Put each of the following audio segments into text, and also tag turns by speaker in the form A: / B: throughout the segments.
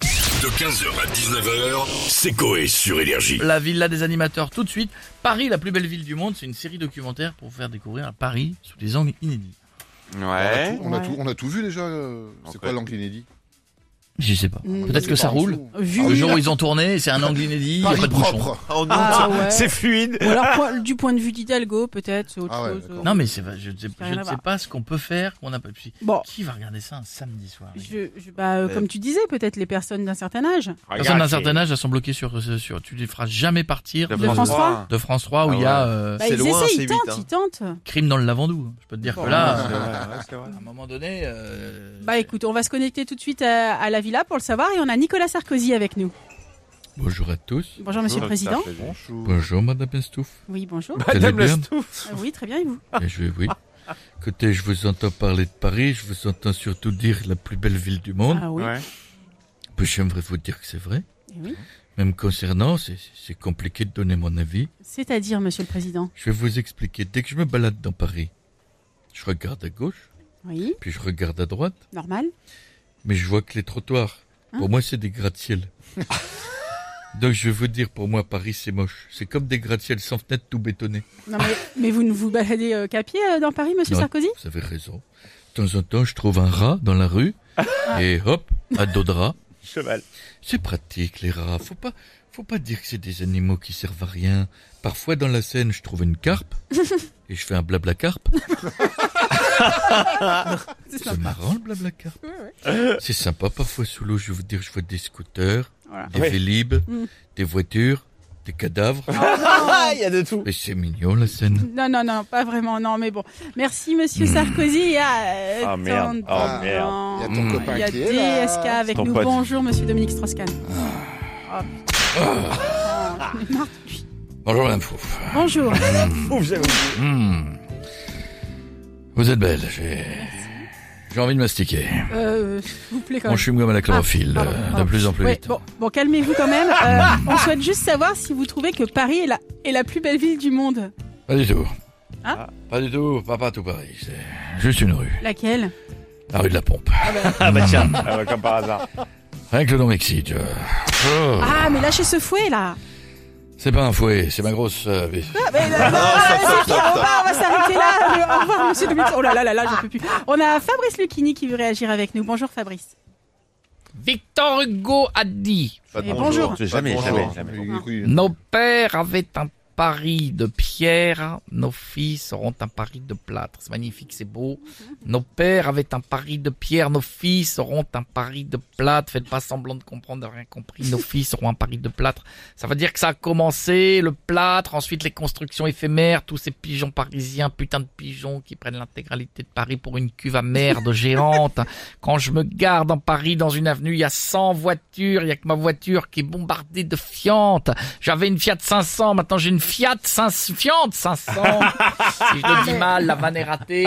A: De 15h à 19h, c'est Coé sur Énergie.
B: La villa des animateurs tout de suite. Paris, la plus belle ville du monde, c'est une série documentaire pour vous faire découvrir à Paris sous des angles inédits.
C: Ouais.
D: On a, tout, on, a
E: Ouais.
D: tout, on a tout vu déjà. euh,
C: En fait.
D: C'est quoi l'angle inédit
B: Je sais pas.
E: Mm.
B: Peut-être que ça roule.
E: Vu.
B: Le jour où ils ont tourné, c'est un angle inédit, il y a
D: Paris
B: pas de bouchon.
D: propre.
C: Oh non,
E: Ah
C: tiens,
E: ouais.
C: c'est fluide.
E: Ou alors point- du point de vue d'Hidalgo, peut-être, c'est autre
D: Ah ouais,
E: chose.
D: d'accord.
B: Non mais c'est vrai, je ne sais,
E: Ça
B: je
E: a rien
B: ne
E: à
B: sais
E: voir.
B: pas ce qu'on peut faire, qu'on n'a pas pu.
E: Bon,
B: Qui va regarder ça un samedi soir les gars
E: je, je- bah, euh,
C: Euh.
E: comme tu disais, peut-être les personnes d'un certain âge.
B: Personne d'un certain âge, elles sont bloquées sur, euh, sur. Tu les feras jamais partir
C: De
B: de,
E: France
C: France
E: trois.
C: 3.
B: de France 3 où
C: Ah
B: il y a
C: ouais.
B: euh,
E: Bah,
C: C'est
E: ils
C: loin,
E: essaient,
C: c'est
E: ils
C: vite,
E: tentent,
C: hein.
E: ils tentent.
B: crime dans le lavandou. Je peux te dire que là, euh, à un
C: Là,
B: moment donné. euh,
E: Bah écoute, on va se connecter tout de suite à, à la villa pour le savoir et on a Nicolas Sarkozy avec nous.
B: Bonjour à tous.
E: Bonjour Monsieur le Président.
D: Bonjour.
B: Bonjour Madame Estouffe.
E: Oui, bonjour.
F: Bah,
C: Madame
B: Vous allez bien
C: Lestouf.
E: Euh, Oui, très bien, et vous
G: Eh, je vais, oui. Écoutez, je vous entends parler de Paris, je vous entends surtout dire la plus belle ville du monde.
E: Ah oui.
C: Ouais.
G: Puis J'aimerais vous dire que c'est vrai.
E: Ah. eh oui.
G: Même concernant, c'est- c'est compliqué de donner mon avis.
E: C'est-à-dire, Monsieur le Président.
G: Je vais vous expliquer. Dès que je me balade dans Paris, je regarde à gauche,
E: Oui,
G: puis je regarde à droite,
E: normal.
G: mais je vois que les trottoirs,
E: Hein?
G: pour moi, c'est des gratte-ciel. Donc je vais vous dire, pour moi, Paris, c'est moche. C'est comme des gratte-ciel sans fenêtre tout bétonné.
E: Non, mais, mais vous ne vous baladez euh, qu'à pied euh, dans Paris, Monsieur
G: Non.
E: Sarkozy
G: Vous avez raison. De temps en temps, je trouve un rat dans la rue, et hop, à dos de rat.
C: Cheval.
G: C'est pratique, les rats. Faut pas, faut pas dire que c'est des animaux qui servent à rien. Parfois, dans la Seine, je trouve une carpe. et je fais un blabla carpe.
E: C'est
G: C'est marrant, le blabla carpe.
E: Ouais, ouais.
G: C'est sympa. Parfois, sous l'eau, je veux dire, je vois des scooters,
E: Voilà.
G: des
C: Ouais.
G: vélib,
E: Mm.
G: des voitures, des cadavres.
C: Ah, il y a de tout.
G: Mais c'est mignon, la Seine.
E: Non, non, non, pas vraiment, non, mais bon. Merci, monsieur Sarkozy. Ah,
C: Ah, merde.
E: attends,
C: Ah,
D: Oh,
C: merde.
E: non.
D: Il y a
G: Mm.
D: ton
E: Il
D: copain
E: y a
D: qui est là.
E: DSK avec
C: Ton
E: nous.
C: pote.
E: Bonjour, monsieur Dominique Strauss-Kahn. Ah, j'en ai marre de lui.
G: Bonjour, madame Fou.
E: Bonjour.
C: Ouf, j'avoue.
G: Mm. Vous êtes belle. J'ai, j'ai envie de mastiquer.
E: Euh, s'il vous plaît, quand
G: Mon
E: même.
G: chewing-gum à la chlorophylle,
E: Ah, pardon,
G: euh,
E: pardon.
G: de plus en plus
E: Ouais,
G: vite.
E: bon, bon, calmez-vous quand même. Euh, on souhaite juste savoir si vous trouvez que Paris est la, est la plus belle ville du monde.
G: Pas du tout.
C: Ah.
G: Ah,
E: Hein
G: Pas du tout, pas, pas tout Paris. C'est juste une rue.
E: Laquelle
G: La rue de la pompe.
C: Ah bah tiens, Ah bah, comme par hasard.
G: Rien que le nom m'excite. euh. Oh.
E: Ah, mais lâchez ce fouet là.
G: C'est pas un fouet, c'est ma grosse... euh,
E: Ah, mais, non, non, mais c'est fini, on va, on va s'arrêter là. Au revoir, monsieur Dominique. Oh là là là là, je peux plus. On a Fabrice Lucchini qui veut réagir avec nous. Bonjour Fabrice.
F: Victor Hugo a dit
D: Pas de
E: Et Bah, bonjour.
D: Pas de
C: Jamais,
D: bonjour.
C: jamais, jamais.
D: Oui, oui.
F: Nos pères avaient un Paris de pierre, nos fils auront un Paris de plâtre. C'est magnifique, c'est beau. Nos pères avaient un Paris de pierre, nos fils auront un Paris de plâtre. Faites pas semblant de comprendre, de rien compris. Nos fils auront un Paris de plâtre. Ça veut dire que ça a commencé, le plâtre, ensuite les constructions éphémères, tous ces pigeons parisiens, putain de pigeons qui prennent l'intégralité de Paris pour une cuve à merde géante. Quand je me garde dans Paris, dans une avenue, il y a 100 voitures, il y a que ma voiture qui est bombardée de fientes. J'avais une Fiat 500, maintenant j'ai une Fiat 500, Fiat 500. si je le dis mal, la vanne est ratée.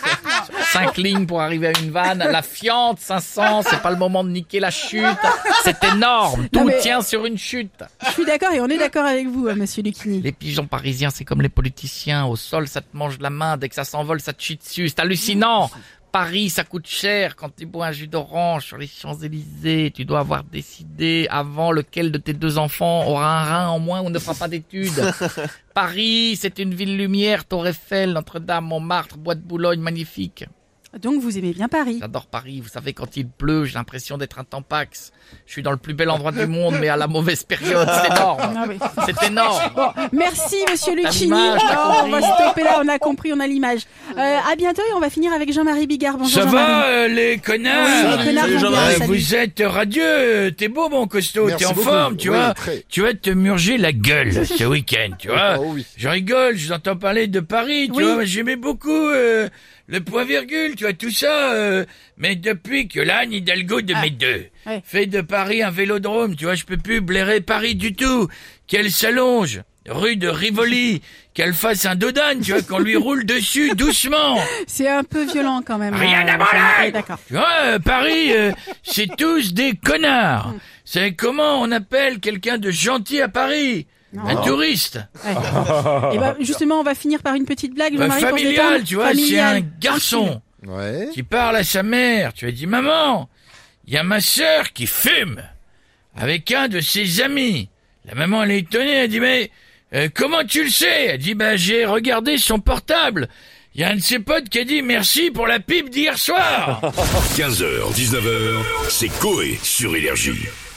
F: Cinq lignes pour arriver à une vanne. La Fiat 500, c'est pas le moment de niquer la chute. C'est énorme.
E: Non,
F: Tout
E: mais-
F: tient sur une chute.
E: Je suis d'accord et on est d'accord avec vous, euh, monsieur Lucchini.
F: Les pigeons parisiens, c'est comme les politiciens. Au sol, ça te mange la main. Dès que ça s'envole, ça te chie dessus. C'est hallucinant. Paris, ça coûte cher. Quand tu bois un jus d'orange sur les Champs-Élysées, tu dois avoir décidé avant lequel de tes deux enfants aura un rein en moins ou ne fera pas d'études. Paris, c'est une ville lumière. Tour Eiffel, Notre-Dame, Montmartre, Bois de Boulogne, magnifique.
E: Donc vous aimez bien Paris.
F: J'adore Paris. Vous savez, quand il pleut, j'ai l'impression d'être un tampax. Je suis dans le plus bel endroit du monde, mais à la mauvaise période. C'est énorme.
G: Ah
E: Non, mais-
F: C'est énorme.
E: Bon, merci monsieur Lucchini.
F: l'image, t'as
E: Oh, on va
F: compris.
E: stopper là, on a compris, on a l'image. Euh, à bientôt et on va finir avec Jean-Marie Bigard. Bonjour
G: Ça
E: Jean-Marie.
G: va, euh, les connards
E: Oui, les connards
G: Euh,
E: vont bien, salut.
G: Vous êtes radieux, t'es beau, mon costaud,
D: Merci
G: t'es en
D: beaucoup.
G: forme, tu
D: Oui,
G: vois.
D: très.
G: Tu vas te murger la gueule ce week-end, tu vois.
D: Oh oui.
G: Je rigole, je vous entends parler de Paris, tu
E: Oui.
G: vois. J'aimais beaucoup euh, le point virgule, tu vois, tout ça. euh, mais depuis que l'Anne Hidalgo de mes deux
E: Ah. ouais.
G: fait de Paris un vélodrome, tu vois, je peux plus blairer Paris du tout. Qu'elle s'allonge rue de Rivoli, qu'elle fasse un dodane, tu vois, qu'on lui roule dessus doucement.
E: C'est un peu violent quand même. Euh,
G: Rien à branler
E: Jean-Marie. Ouais, D'accord.
G: Tu vois, euh, Paris, euh, c'est tous des connards. C'est comment on appelle quelqu'un de gentil à Paris
E: Non.
G: Un touriste.
E: Ouais. Et ben, justement, on va finir par une petite blague.
G: Bah,
E: Jean-Marie, pour se
G: familial,
E: détendre.
G: tu vois, c'est un
E: Familial.
G: garçon
D: Ouais.
G: qui parle à sa mère. Tu as dit, maman, il y a ma sœur qui fume. avec un de ses amis. La maman, elle est étonnée, elle dit, mais euh, comment tu le sais Elle dit, bah j'ai regardé son portable. Il y a un de ses potes qui a dit, merci pour la pipe d'hier soir.
A: 15h, 19h, c'est Coé sur Énergie.